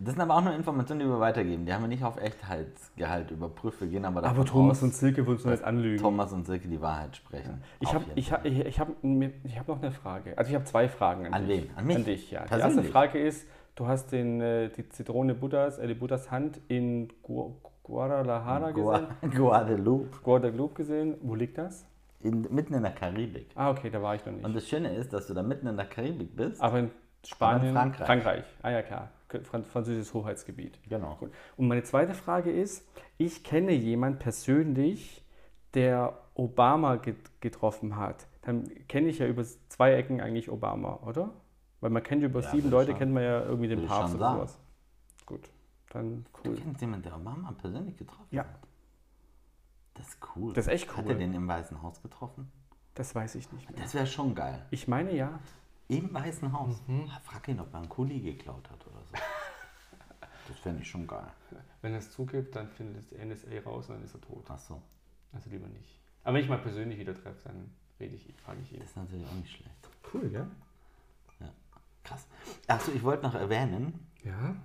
Speaker 3: Das sind aber auch nur Informationen, die wir weitergeben. Die haben wir nicht auf Echtheitsgehalt überprüft. Wir gehen aber davon
Speaker 4: Aber Thomas
Speaker 3: aus,
Speaker 4: und Silke würden uns nicht anlügen.
Speaker 3: Thomas und Silke die Wahrheit sprechen.
Speaker 4: Ich
Speaker 3: Auf
Speaker 4: habe
Speaker 3: jeden
Speaker 4: ich hab, ich, ich hab, mir- ich hab noch eine Frage. Also ich habe zwei Fragen an,
Speaker 3: An
Speaker 4: dich.
Speaker 3: wen? An mich?
Speaker 4: An dich, ja. Die
Speaker 3: Persönlich?
Speaker 4: erste Frage ist, du hast den, äh, die Zitrone Buddhas, äh, die Buddhas Hand in Gu Guadalajara
Speaker 3: Fall. Gua
Speaker 4: gesehen.
Speaker 3: Guadeloupe,
Speaker 4: Guadalupe gesehen. Wo liegt das?
Speaker 3: in, mitten in der Karibik.
Speaker 4: Ah, okay, da war ich noch
Speaker 3: Und
Speaker 4: nicht.
Speaker 3: das Schöne ist, dass du da mitten in der Karibik bist.
Speaker 4: Aber in Spanien,
Speaker 3: Frankreich.
Speaker 4: Frankreich. Ah ja, klar. Fran französisches Hoheitsgebiet.
Speaker 3: Genau.
Speaker 4: Gut. Und meine zweite Frage ist, ich kenne jemanden persönlich, der Obama get getroffen hat. Dann kenne ich ja über zwei Ecken eigentlich Obama, oder? Weil man kennt über sieben
Speaker 3: würde ich
Speaker 4: Leute,
Speaker 3: schon-
Speaker 4: kennt man ja irgendwie den
Speaker 3: würde ich
Speaker 4: Papst
Speaker 3: schon
Speaker 4: oder
Speaker 3: sagen.
Speaker 4: sowas. Gut, dann
Speaker 3: Du
Speaker 4: cool.
Speaker 3: kennst jemanden, der Obama persönlich getroffen
Speaker 4: Ja.
Speaker 3: hat. Das ist cool.
Speaker 4: Das ist echt
Speaker 3: Hat
Speaker 4: cool.
Speaker 3: er den im Weißen Haus getroffen?
Speaker 4: Das weiß ich nicht mehr.
Speaker 3: Das wäre schon geil.
Speaker 4: Ich meine ja.
Speaker 3: Im Weißen Haus.
Speaker 4: Mhm.
Speaker 3: Ah, Frag ihn, ob er einen Kuli geklaut hat oder so. das fände ich schon geil.
Speaker 2: Wenn er es zugibt, dann findet das NSA raus und dann ist er tot.
Speaker 3: Achso,
Speaker 2: Also lieber nicht. Aber wenn ich mal persönlich wieder treffe, dann rede ich, frage ich ihn.
Speaker 3: das ist natürlich auch nicht schlecht.
Speaker 2: Cool, ja?
Speaker 3: Ja, krass. Achso, ich wollte noch erwähnen,
Speaker 2: Ja.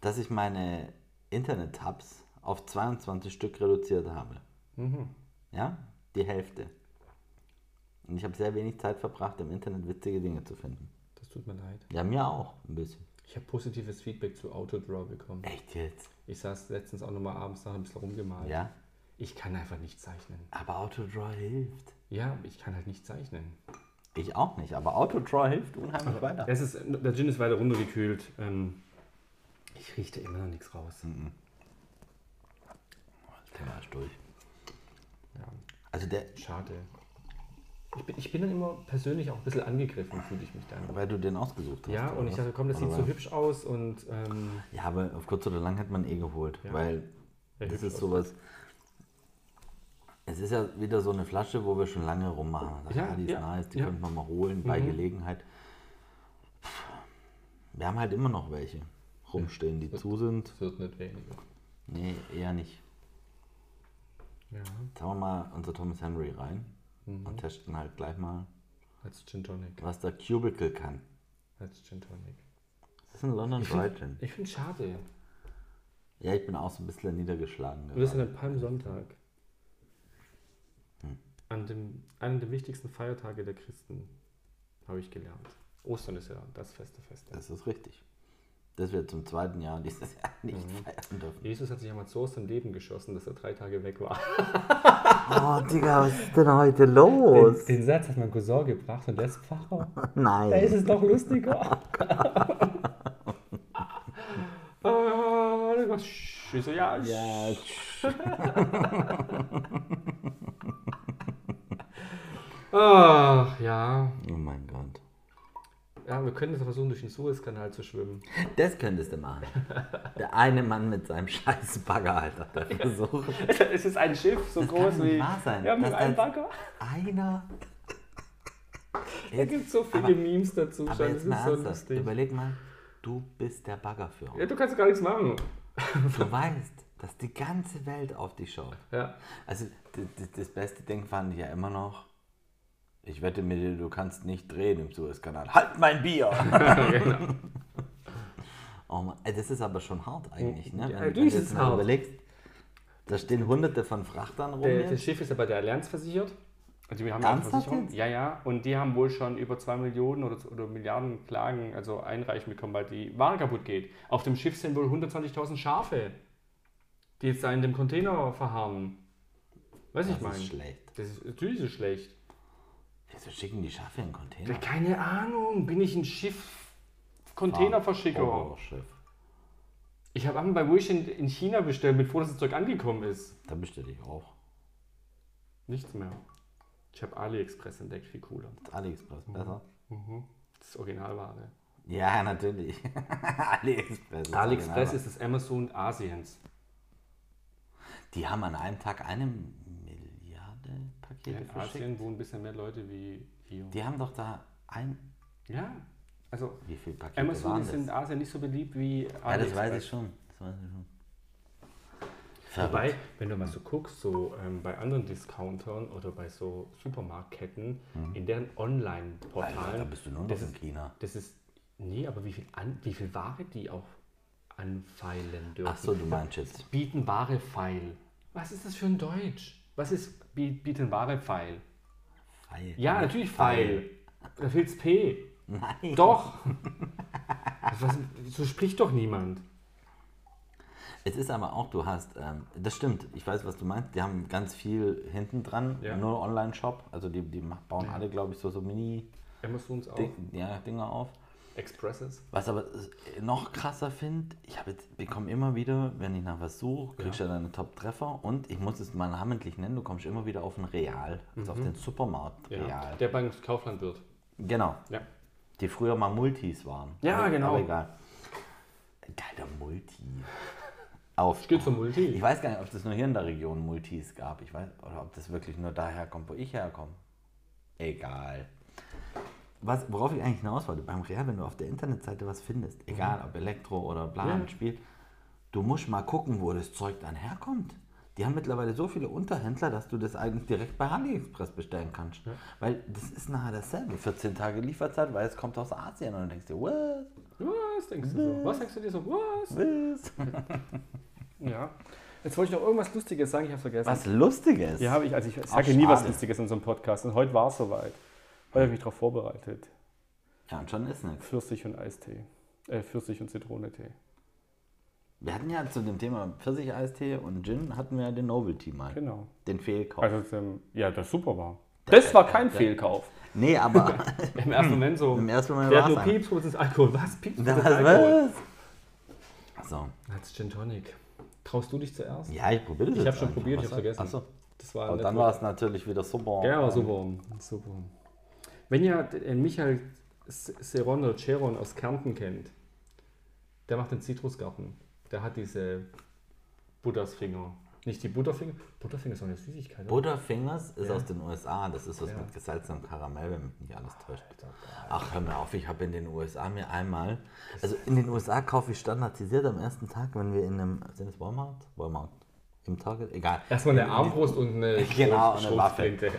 Speaker 3: dass ich meine Internet-Tabs auf 22 Stück reduziert habe.
Speaker 2: Mhm.
Speaker 3: Ja, die Hälfte. Und ich habe sehr wenig Zeit verbracht, im Internet witzige Dinge zu finden.
Speaker 2: Das tut mir leid.
Speaker 3: Ja, mir auch ein bisschen.
Speaker 2: Ich habe positives Feedback zu Autodraw bekommen.
Speaker 3: Echt jetzt?
Speaker 2: Ich saß letztens auch nochmal abends noch ein bisschen rumgemalt.
Speaker 3: Ja,
Speaker 2: Ich kann einfach nicht zeichnen.
Speaker 3: aber Autodraw hilft.
Speaker 2: Ja, ich kann halt nicht zeichnen.
Speaker 3: Ich auch nicht, aber Autodraw hilft unheimlich weiter.
Speaker 2: Es ist, der Gin ist weiter runtergekühlt. Ähm, ich rieche da immer noch nichts raus.
Speaker 3: Mhm. Das kann man erst durch.
Speaker 2: Ja,
Speaker 3: Also der,
Speaker 2: schade. Ich bin, ich bin dann immer persönlich auch ein bisschen angegriffen, fühle ich mich dann.
Speaker 3: weil du den ausgesucht hast.
Speaker 2: Ja,
Speaker 3: oder
Speaker 2: und ich
Speaker 3: was?
Speaker 2: dachte, komm, das sieht
Speaker 3: Oder
Speaker 2: so
Speaker 3: weil-
Speaker 2: hübsch aus und ähm,
Speaker 3: Ja, aber auf kurz oder lang hat man eh geholt, weil
Speaker 2: Ja,
Speaker 3: das
Speaker 2: hübsch
Speaker 3: ist sowas. Es ist ja wieder so eine Flasche, wo wir schon lange rummachen. Sagen,
Speaker 2: Ja,
Speaker 3: ja, die ist
Speaker 2: ja,
Speaker 3: nice, die
Speaker 2: ja. Mhm.
Speaker 3: könnte man mal holen bei Gelegenheit. Wir haben halt immer noch welche rumstehen, die zu sind.
Speaker 2: wird nicht weniger.
Speaker 3: Nee, eher nicht.
Speaker 2: Ja,
Speaker 3: Jetzt haben wir mal unser Thomas Henry rein
Speaker 2: Mhm.
Speaker 3: und testen halt gleich mal,
Speaker 2: als Gin Tonic.
Speaker 3: was der Cubicle kann.
Speaker 2: Als Gin Tonic.
Speaker 3: Das ist ein London Dry Gin.
Speaker 2: Ich finde es schade.
Speaker 3: Ja, ich bin auch so ein bisschen niedergeschlagen.
Speaker 2: Und das an
Speaker 3: gerade.
Speaker 2: einem Palmsonntag. Hm. An dem, einem der wichtigsten Feiertage der Christen habe ich gelernt. Ostern ist ja das feste Fest.
Speaker 3: Das ist richtig. Dass wir zum zweiten Jahr dieses Jahr nicht
Speaker 2: Mhm.
Speaker 3: feiern dürfen.
Speaker 2: Jesus hat sich einmal so aus dem Leben geschossen, dass er drei Tage weg war.
Speaker 3: Oh, Digga, was ist denn heute los?
Speaker 2: Den Satz hat mein Cousin gebracht und der ist Pfarrer.
Speaker 3: Nein.
Speaker 2: es noch lustiger. Ah, das war sch- ich so, ja, ja.
Speaker 3: Ja,
Speaker 2: Ach ja.
Speaker 3: oh mein Gott.
Speaker 2: Ja, wir können jetzt versuchen, durch den Suezkanal zu schwimmen.
Speaker 3: Das könntest du machen. Der eine Mann mit seinem scheiß Bagger, Alter. Der Versuch.
Speaker 2: es ist ein Schiff, so
Speaker 3: Das kann
Speaker 2: groß
Speaker 3: doch
Speaker 2: wie.
Speaker 3: nicht wahr sein.
Speaker 2: Ja, mit
Speaker 3: Das
Speaker 2: einem
Speaker 3: heißt-
Speaker 2: Bagger.
Speaker 3: Einer.
Speaker 2: Da gibt so viele Memes dazu.
Speaker 3: Aber
Speaker 2: schon,
Speaker 3: jetzt mal
Speaker 2: das ist so
Speaker 3: ernsthaft.
Speaker 2: lustig.
Speaker 3: Überleg mal, du bist der Baggerführer.
Speaker 2: Ja, du kannst gar nichts machen.
Speaker 3: Du weißt, dass die ganze Welt auf dich schaut.
Speaker 2: Ja.
Speaker 3: Also d- d- das beste Ding fand ich ja immer noch. Ich wette mit dir, du kannst nicht drehen im Suezkanal. Halt mein Bier!
Speaker 2: Genau.
Speaker 3: oh Mann, ey, das ist aber schon hart eigentlich, ne?
Speaker 2: Ja, natürlich ist es hart.
Speaker 3: überlegst, da stehen hunderte von Frachtern rum.
Speaker 2: Der, das
Speaker 3: jetzt.
Speaker 2: Schiff ist ja bei der Allianz versichert. Also wir haben
Speaker 3: Ernsthaft jetzt?
Speaker 2: Ja, ja. Und die haben wohl schon über 2 Millionen oder, oder Milliarden Klagen, also einreichen bekommen, weil die Ware kaputt geht. Auf dem Schiff sind wohl 120.000 Schafe, die jetzt da in dem Container verharren. Weiß ich
Speaker 3: das
Speaker 2: mein.
Speaker 3: ist schlecht.
Speaker 2: Das ist natürlich so schlecht.
Speaker 3: Wieso schicken die Schafe in den Container?
Speaker 2: Ja, keine Ahnung. Bin ich ein Schiff Containerverschicker?
Speaker 3: Oh, Schiff.
Speaker 2: Ich habe einmal bei Wish in, in China bestellt, bevor das Zeug angekommen ist.
Speaker 3: Da bist du dich auch.
Speaker 2: Nichts mehr. Ich habe AliExpress entdeckt, viel cooler.
Speaker 3: AliExpress, besser?
Speaker 2: Das ist Originalware.
Speaker 3: Ja, natürlich. AliExpress. ist
Speaker 2: AliExpress
Speaker 3: original.
Speaker 2: ist das Amazon Asiens.
Speaker 3: Die haben an einem Tag eine Milliarde
Speaker 2: Ja, also
Speaker 3: Pakete
Speaker 2: in
Speaker 3: verschickt.
Speaker 2: Asien wohnen ein bisschen mehr Leute wie hier.
Speaker 3: Die haben doch da ein.
Speaker 2: Ja, also
Speaker 3: Wie viele Pakete
Speaker 2: Amazon
Speaker 3: waren
Speaker 2: ist
Speaker 3: das?
Speaker 2: in Asien nicht so beliebt wie AliExpress.
Speaker 3: ja, das weiß ich schon. Das weiß ich schon. Verrückt.
Speaker 2: Wobei, wenn du mal so guckst, so ähm, bei anderen Discountern oder bei so Supermarktketten, in deren
Speaker 3: Mhm. Alter, da
Speaker 2: Online-Portalen,
Speaker 3: bist du nur noch
Speaker 2: das
Speaker 3: in
Speaker 2: ist-
Speaker 3: China.
Speaker 2: das ist, nee, aber wie viel, an, wie viel Ware die auch anfeilen dürfen.
Speaker 3: Ach so, du meinst jetzt.
Speaker 2: Bieten Ware feil. Was ist das für ein Deutsch? Was ist bi- bieten Ware feil?
Speaker 3: Feil.
Speaker 2: Ja, natürlich feil. Da fehlt's P.
Speaker 3: Nein.
Speaker 2: Doch. Was, so spricht doch niemand.
Speaker 3: Es ist aber auch, du hast, ähm, das stimmt, ich weiß, was du meinst, die haben ganz viel hinten dran,
Speaker 2: Ja.
Speaker 3: nur Online-Shop, also die, die ma- bauen alle, glaube ich, so, so Mini-Dinger
Speaker 2: Amazons auch.
Speaker 3: ja, Dinger auf.
Speaker 2: Expresses.
Speaker 3: Was aber äh, noch krasser finde, ich habe jetzt bekomme immer wieder, wenn ich nach was suche, kriegst du ja. deine Top-Treffer und ich muss es mal namentlich nennen, du kommst immer wieder auf ein Real, also auf den Supermarkt
Speaker 2: Mhm. Ja.
Speaker 3: Real.
Speaker 2: Der beim Kaufland wird.
Speaker 3: Genau,
Speaker 2: Ja.
Speaker 3: die früher mal Multis waren.
Speaker 2: Ja,
Speaker 3: aber,
Speaker 2: genau.
Speaker 3: Aber egal. Geiler Multi. Auf.
Speaker 2: Ich gehe zur Multi.
Speaker 3: Ich weiß gar nicht, ob das nur hier in der Region Multis gab. Ich weiß, oder ob das wirklich nur daher kommt, wo ich herkomme. Egal. Was, worauf ich eigentlich hinaus wollte, beim Real, wenn du auf der Internetseite was findest, egal ob Elektro oder
Speaker 2: Ja.
Speaker 3: Plan, Spiel, du musst mal gucken, wo das Zeug dann herkommt. Die haben mittlerweile so viele Unterhändler, dass du das eigentlich direkt bei AliExpress bestellen kannst. Weil das ist nachher dasselbe. 14 Tage Lieferzeit, weil es kommt aus Asien und du denkst dir, what?
Speaker 2: Was denkst du so? Was denkst du dir so? Was?
Speaker 3: Was?
Speaker 4: Ja. Jetzt wollte ich noch irgendwas Lustiges sagen, ich habe vergessen.
Speaker 3: Was Lustiges.
Speaker 4: Ja, habe ich. Also ich
Speaker 3: Ach,
Speaker 4: sage nie was
Speaker 3: schade.
Speaker 4: Lustiges in so einem Podcast. Und heute war es soweit. Heute habe ich mich darauf vorbereitet.
Speaker 3: ja, und schon ist nichts.
Speaker 4: Pfirsich und Eistee. Äh, Pfirsich und Zitronentee.
Speaker 3: Wir hatten ja zu dem Thema Pfirsich-Eistee und Gin hatten wir ja den Novelty mal.
Speaker 4: Genau.
Speaker 3: Den Fehlkauf.
Speaker 4: Also ähm, ja, das super war. Das war kein Fehlkauf.
Speaker 3: nee, aber
Speaker 2: Im ersten Moment so.
Speaker 3: im ersten Moment
Speaker 2: Der hat
Speaker 3: war es
Speaker 2: nur
Speaker 3: ein.
Speaker 2: Pieps, wo ist das Alkohol? Was? Pieps, wo ist
Speaker 3: Da
Speaker 2: das
Speaker 3: war's-
Speaker 2: Alkohol?
Speaker 3: was? So,
Speaker 2: Als Gin Tonic. Traust du dich zuerst?
Speaker 3: ja, ich probiere das
Speaker 2: Ich habe
Speaker 3: jetzt
Speaker 2: schon
Speaker 3: einfach.
Speaker 2: probiert, ich
Speaker 3: Was
Speaker 2: habe vergessen.
Speaker 3: Achso.
Speaker 2: Das war
Speaker 3: Und
Speaker 2: nicht
Speaker 3: dann
Speaker 2: gut.
Speaker 3: war es natürlich wieder super.
Speaker 2: Ja, war super. super. Wenn ihr äh, Michael S- Seron oder Cheron aus Kärnten kennt, der macht den Zitrusgarten. Der hat diese Buttersfinger. Nicht die Butterfinger. Butterfinger ist doch eine Süßigkeit. oder?
Speaker 3: Butterfingers ist aus den USA. Das ist was
Speaker 2: Ja.
Speaker 3: mit gesalzenem Karamell, wenn mich nicht alles täuscht. Ach, hör mir auf, ich habe in den USA mir einmal. Also in den USA kaufe ich standardisiert am ersten Tag, wenn wir in einem. Sind es Walmart? Walmart. Im Target? Egal.
Speaker 2: Erstmal eine Armbrust und eine
Speaker 3: Genau, eine Waffe.
Speaker 2: Schrotflinte.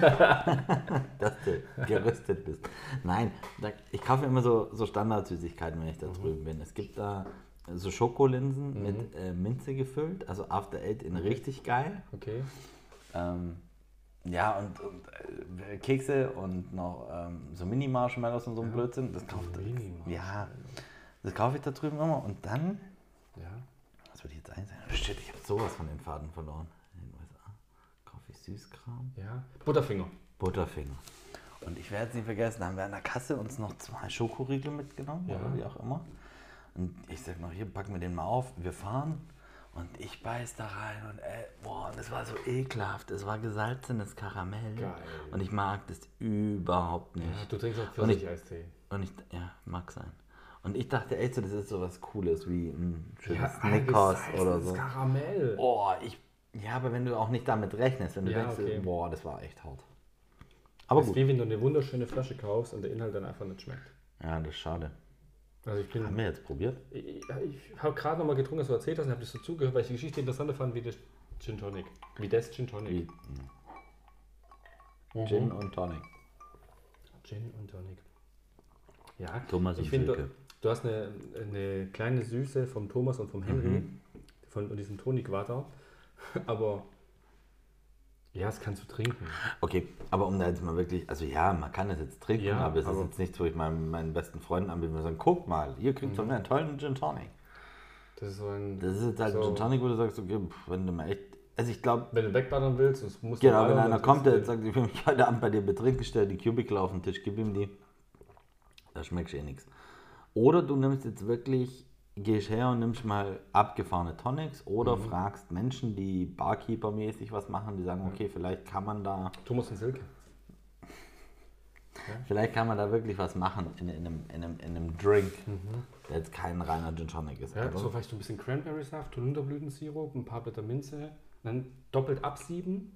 Speaker 3: dass du gerüstet bist. Nein, da, ich kaufe immer so, so Standardsüßigkeiten, wenn ich da drüben bin. Es gibt da so Schokolinsen mit äh, Minze gefüllt, also After Eight in richtig geil.
Speaker 2: Okay.
Speaker 3: Ähm, ja, und, und äh, Kekse und noch ähm, so Mini-Marshmallows und so ein Blödsinn. Das kauft
Speaker 2: Mini-Marshmallows.
Speaker 3: Ja, das kaufe ich da drüben immer. Und dann,
Speaker 2: Ja.
Speaker 3: was würde ich jetzt eigentlich sagen? Shit, ich habe sowas von den Faden verloren. In den USA kaufe ich Süßkram.
Speaker 2: ja. Butterfinger.
Speaker 3: Butterfinger. Und ich werde es nie vergessen, da haben wir an der Kasse uns noch zwei Schokoriegel mitgenommen oder wie auch immer. Und ich sag noch, hier, packen wir den mal auf, wir fahren. Und ich beiß da rein und ey, boah, das war so ekelhaft. Es war gesalzenes Karamell.
Speaker 2: Geil.
Speaker 3: Und ich mag das überhaupt nicht.
Speaker 2: Ja, du trinkst auch
Speaker 3: Und ich-
Speaker 2: Pfirsich-Eistee.
Speaker 3: Und ich, ja, mag sein. Und ich dachte echt so, das ist so was Cooles wie ein schönes
Speaker 2: Ja,
Speaker 3: Snickers
Speaker 2: eingesalzenes
Speaker 3: oder so. Oh,
Speaker 2: Karamell.
Speaker 3: Boah, ich. Ja, aber wenn du auch nicht damit rechnest, wenn du
Speaker 2: Ja,
Speaker 3: denkst,
Speaker 2: okay.
Speaker 3: boah, das war echt hart. Aber
Speaker 2: Das ist
Speaker 3: gut.
Speaker 2: wie wenn du eine wunderschöne Flasche kaufst und der Inhalt dann einfach nicht schmeckt.
Speaker 3: Ja, das ist schade.
Speaker 2: Also ich
Speaker 3: Haben
Speaker 2: bin,
Speaker 3: wir jetzt probiert?
Speaker 2: ich, ich habe gerade nochmal getrunken, als du erzählt hast und habe dich so zugehört, weil ich die Geschichte interessanter fand wie das Gin Tonic. Wie das Gin Tonic. Mhm.
Speaker 3: Gin und Tonic.
Speaker 2: Gin und Tonic. Ja,
Speaker 3: Thomas
Speaker 2: ich
Speaker 3: und
Speaker 2: finde, du,
Speaker 3: Silke.
Speaker 2: du hast eine, eine kleine Süße vom Thomas und vom Henry,
Speaker 3: Mhm.
Speaker 2: von und diesem Tonikwater, aber ja, das kannst du trinken.
Speaker 3: Okay, aber um da jetzt mal wirklich, also ja, man kann das jetzt trinken,
Speaker 2: Ja,
Speaker 3: aber es
Speaker 2: aber-
Speaker 3: ist jetzt nichts, wo ich meinen, meinen besten Freunden anbiete und sagen, guck mal, ihr
Speaker 2: Mhm.
Speaker 3: kriegt von mir einen tollen Gin Tonic.
Speaker 2: Das ist so ein,
Speaker 3: Das ist jetzt halt
Speaker 2: so,
Speaker 3: Gin Tonic, wo du sagst, okay, pff, wenn du mal echt, also ich glaube,
Speaker 2: wenn du wegballern willst, das musst
Speaker 3: genau,
Speaker 2: du
Speaker 3: wenn
Speaker 2: ballern,
Speaker 3: einer
Speaker 2: dann
Speaker 3: kommt, der jetzt
Speaker 2: trinkst du
Speaker 3: sagt, ich will mich heute Abend bei dir betrinken, stell die Cubicle auf den Tisch, gib ihm die, da schmeckst du eh nichts. Oder du nimmst jetzt wirklich gehst her und nimmst mal abgefahrene Tonics oder fragst Menschen, die Barkeeper-mäßig was machen, die sagen, okay, vielleicht kann man da,
Speaker 2: Thomas und Silke.
Speaker 3: vielleicht kann man da wirklich was machen in, in, einem, in, einem, in einem Drink, der jetzt kein reiner Gin Tonic ist. Also,
Speaker 2: Ja,
Speaker 3: aber-
Speaker 2: so vielleicht so ein bisschen Cranberry-Saft, Holunderblütensirup, ein paar Blätter Minze, dann doppelt absieben.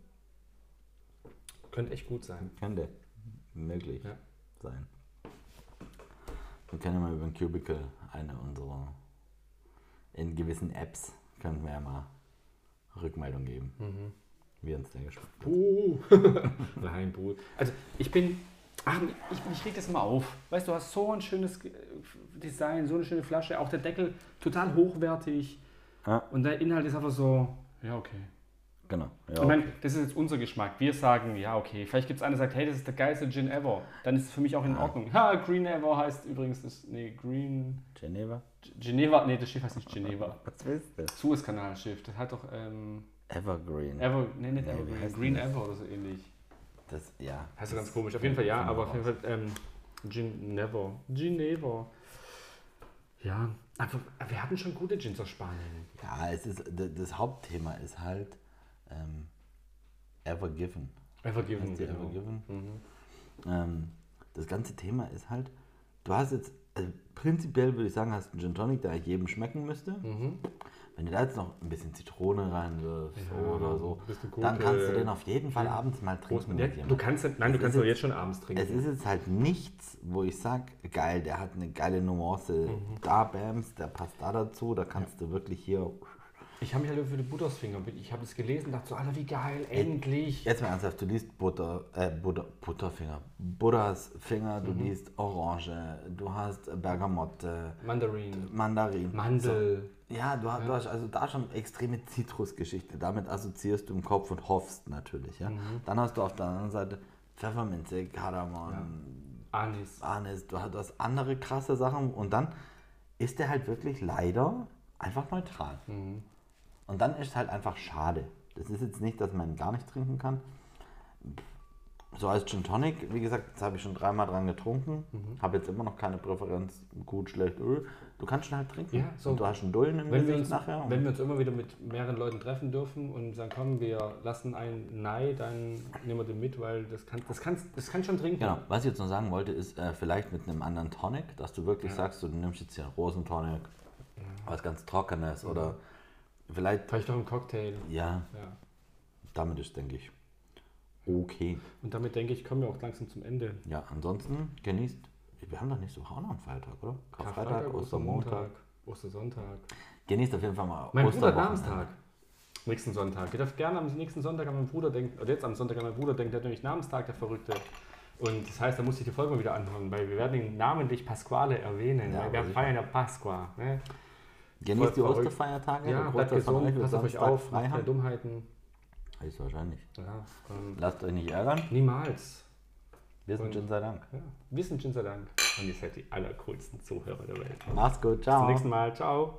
Speaker 2: Könnte echt gut sein.
Speaker 3: Könnte möglich
Speaker 2: Ja.
Speaker 3: sein. Wir können ja mal über den Cubicle eine unserer in gewissen Apps können wir ja mal Rückmeldung geben.
Speaker 2: Mhm.
Speaker 3: Wie uns der geschmeckt hat.
Speaker 2: Buh. Nein, Buh. Also ich bin. Ach, ich, ich reg das mal auf. Weißt du, du hast so ein schönes äh, Design, so eine schöne Flasche, auch der Deckel total hochwertig.
Speaker 3: Ja.
Speaker 2: Und der Inhalt ist einfach so, ja, okay.
Speaker 3: Genau.
Speaker 2: Ich
Speaker 3: Ja.
Speaker 2: meine, das ist jetzt unser Geschmack. Wir sagen, ja, okay. Vielleicht gibt es einer, der sagt, hey, das ist der geilste Gin ever. Dann ist es für mich auch in Ordnung. Ha, Green Ever heißt übrigens, das, nee, Green.
Speaker 3: Geneva?
Speaker 2: G- Geneva, nee, das Schiff heißt nicht Geneva.
Speaker 3: Was willst du?
Speaker 2: Suezkanalschiff, das hat doch, ähm,
Speaker 3: Evergreen.
Speaker 2: Ever, nee, nicht
Speaker 3: Nee, wie
Speaker 2: Evergreen,
Speaker 3: heißt
Speaker 2: Green
Speaker 3: denn das?
Speaker 2: Ever oder so ähnlich.
Speaker 3: das, ja.
Speaker 2: Heißt ja ganz komisch. Auf jeden Fall ja,
Speaker 3: Finden wir
Speaker 2: aber auf jeden Fall ähm, Gin Never. Gin Never. Ja, aber wir hatten schon gute Gins aus Spanien.
Speaker 3: Ja, es ist, d- das Hauptthema ist halt ähm, Ever Given.
Speaker 2: Evergiven.
Speaker 3: Heißt die
Speaker 2: Genau.
Speaker 3: Ever Given.
Speaker 2: Mhm.
Speaker 3: Ähm, das ganze Thema ist halt, du hast jetzt, also prinzipiell würde ich sagen, hast einen Gin Tonic, der eigentlich jedem schmecken müsste.
Speaker 2: Mhm.
Speaker 3: Wenn du da jetzt noch ein bisschen Zitrone reinwirfst oder so,
Speaker 2: ein bisschen
Speaker 3: dann
Speaker 2: gute-
Speaker 3: kannst du den auf jeden Fall abends mal trinken.
Speaker 2: Ja,
Speaker 3: mit
Speaker 2: du
Speaker 3: jemandem.
Speaker 2: kannst, nein, du
Speaker 3: Es
Speaker 2: kannst
Speaker 3: ist
Speaker 2: doch jetzt schon abends
Speaker 3: Es
Speaker 2: trinken.
Speaker 3: ist jetzt halt nichts, wo ich sage, geil, der hat eine geile Nuance.
Speaker 2: Mhm.
Speaker 3: Da bams, der passt da dazu, da kannst du wirklich hier.
Speaker 2: Ich habe mich halt für die Buttersfinger, ich habe es gelesen, dachte so, Alter, wie geil, endlich.
Speaker 3: Jetzt mal ernsthaft, du liest Butter, äh, Butter, Butterfinger, Buddhas Finger, du liest Orange, du hast Bergamotte,
Speaker 2: Mandarin,
Speaker 3: Mandarin.
Speaker 2: Mandel.
Speaker 3: So. Ja, du, hast- du hast also da schon extreme Zitrusgeschichte. Damit assoziierst du im Kopf und hoffst natürlich. Ja? Dann hast du auf der anderen Seite Pfefferminze, Kardamom,
Speaker 2: Anis.
Speaker 3: Anis, Ah, ne, du hast, du hast andere krasse Sachen und dann ist der halt wirklich leider einfach neutral.
Speaker 2: Mhm.
Speaker 3: Und dann ist halt einfach schade. Das ist jetzt nicht, dass man gar nicht trinken kann. So als Gin Tonic, wie gesagt, das habe ich schon dreimal dran getrunken.
Speaker 2: Mhm.
Speaker 3: Habe jetzt immer noch keine Präferenz, gut, schlecht, öl. Du kannst schon halt trinken.
Speaker 2: Ja, so.
Speaker 3: und du hast schon Dullen im
Speaker 2: Wenn wir,
Speaker 3: Gesicht
Speaker 2: uns,
Speaker 3: nachher. Und
Speaker 2: wenn wir uns immer wieder mit mehreren Leuten treffen dürfen und sagen, komm, wir lassen einen Nei, dann nehmen wir den mit, weil das kann, das kann, das kann schon trinken.
Speaker 3: Genau, was ich jetzt noch sagen wollte, ist äh, vielleicht mit einem anderen Tonic, dass du wirklich
Speaker 2: Ja.
Speaker 3: sagst, du nimmst jetzt hier einen Rosentonic, was ganz Trockenes oder
Speaker 2: Mhm.
Speaker 3: vielleicht,
Speaker 2: Vielleicht noch einen Cocktail.
Speaker 3: ja,
Speaker 2: Ja.
Speaker 3: damit ist, denke ich, okay.
Speaker 2: Und damit denke ich, kommen wir auch langsam zum Ende.
Speaker 3: Ja, ansonsten genießt, wir haben doch nächste Woche auch noch einen Feiertag, oder? Karfreitag, Ostermontag.
Speaker 2: Ostermontag, Ostersonntag.
Speaker 3: Genießt auf jeden Fall mal
Speaker 2: Mein Bruder hat
Speaker 3: Osterwochenende.
Speaker 2: Namenstag. Nächsten Sonntag. Ihr dürft gerne am nächsten Sonntag an meinen Bruder denken, oder jetzt am Sonntag an meinen Bruder denken, der hat nämlich Namenstag, der Verrückte. Und das heißt, da muss ich die Folge mal wieder anhören, weil wir werden ihn namentlich Pasquale erwähnen.
Speaker 3: Ja,
Speaker 2: weil wir
Speaker 3: aber
Speaker 2: feiern ja Pasqua. Ne? Voll
Speaker 3: Genießt die
Speaker 2: verrückt.
Speaker 3: Osterfeiertage. der
Speaker 2: Ja, bleibt
Speaker 3: Großteil von
Speaker 2: gesund,
Speaker 3: wird
Speaker 2: passt auf euch
Speaker 3: Samstag
Speaker 2: auf,
Speaker 3: frei
Speaker 2: macht keine
Speaker 3: haben.
Speaker 2: Dummheiten.
Speaker 3: Ist wahrscheinlich.
Speaker 2: Ja, ähm,
Speaker 3: Lasst euch nicht ärgern.
Speaker 2: niemals.
Speaker 3: Wir sind
Speaker 2: Und-
Speaker 3: Gin sei Dank.
Speaker 2: Ja. Wir sind Jinser Dank. Und ihr seid die allercoolsten Zuhörer der Welt. Bis
Speaker 3: Mach's gut, ciao.
Speaker 2: zum nächsten Mal. Ciao.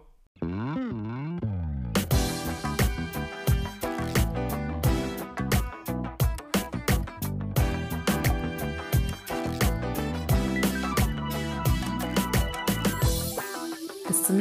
Speaker 1: Bis zum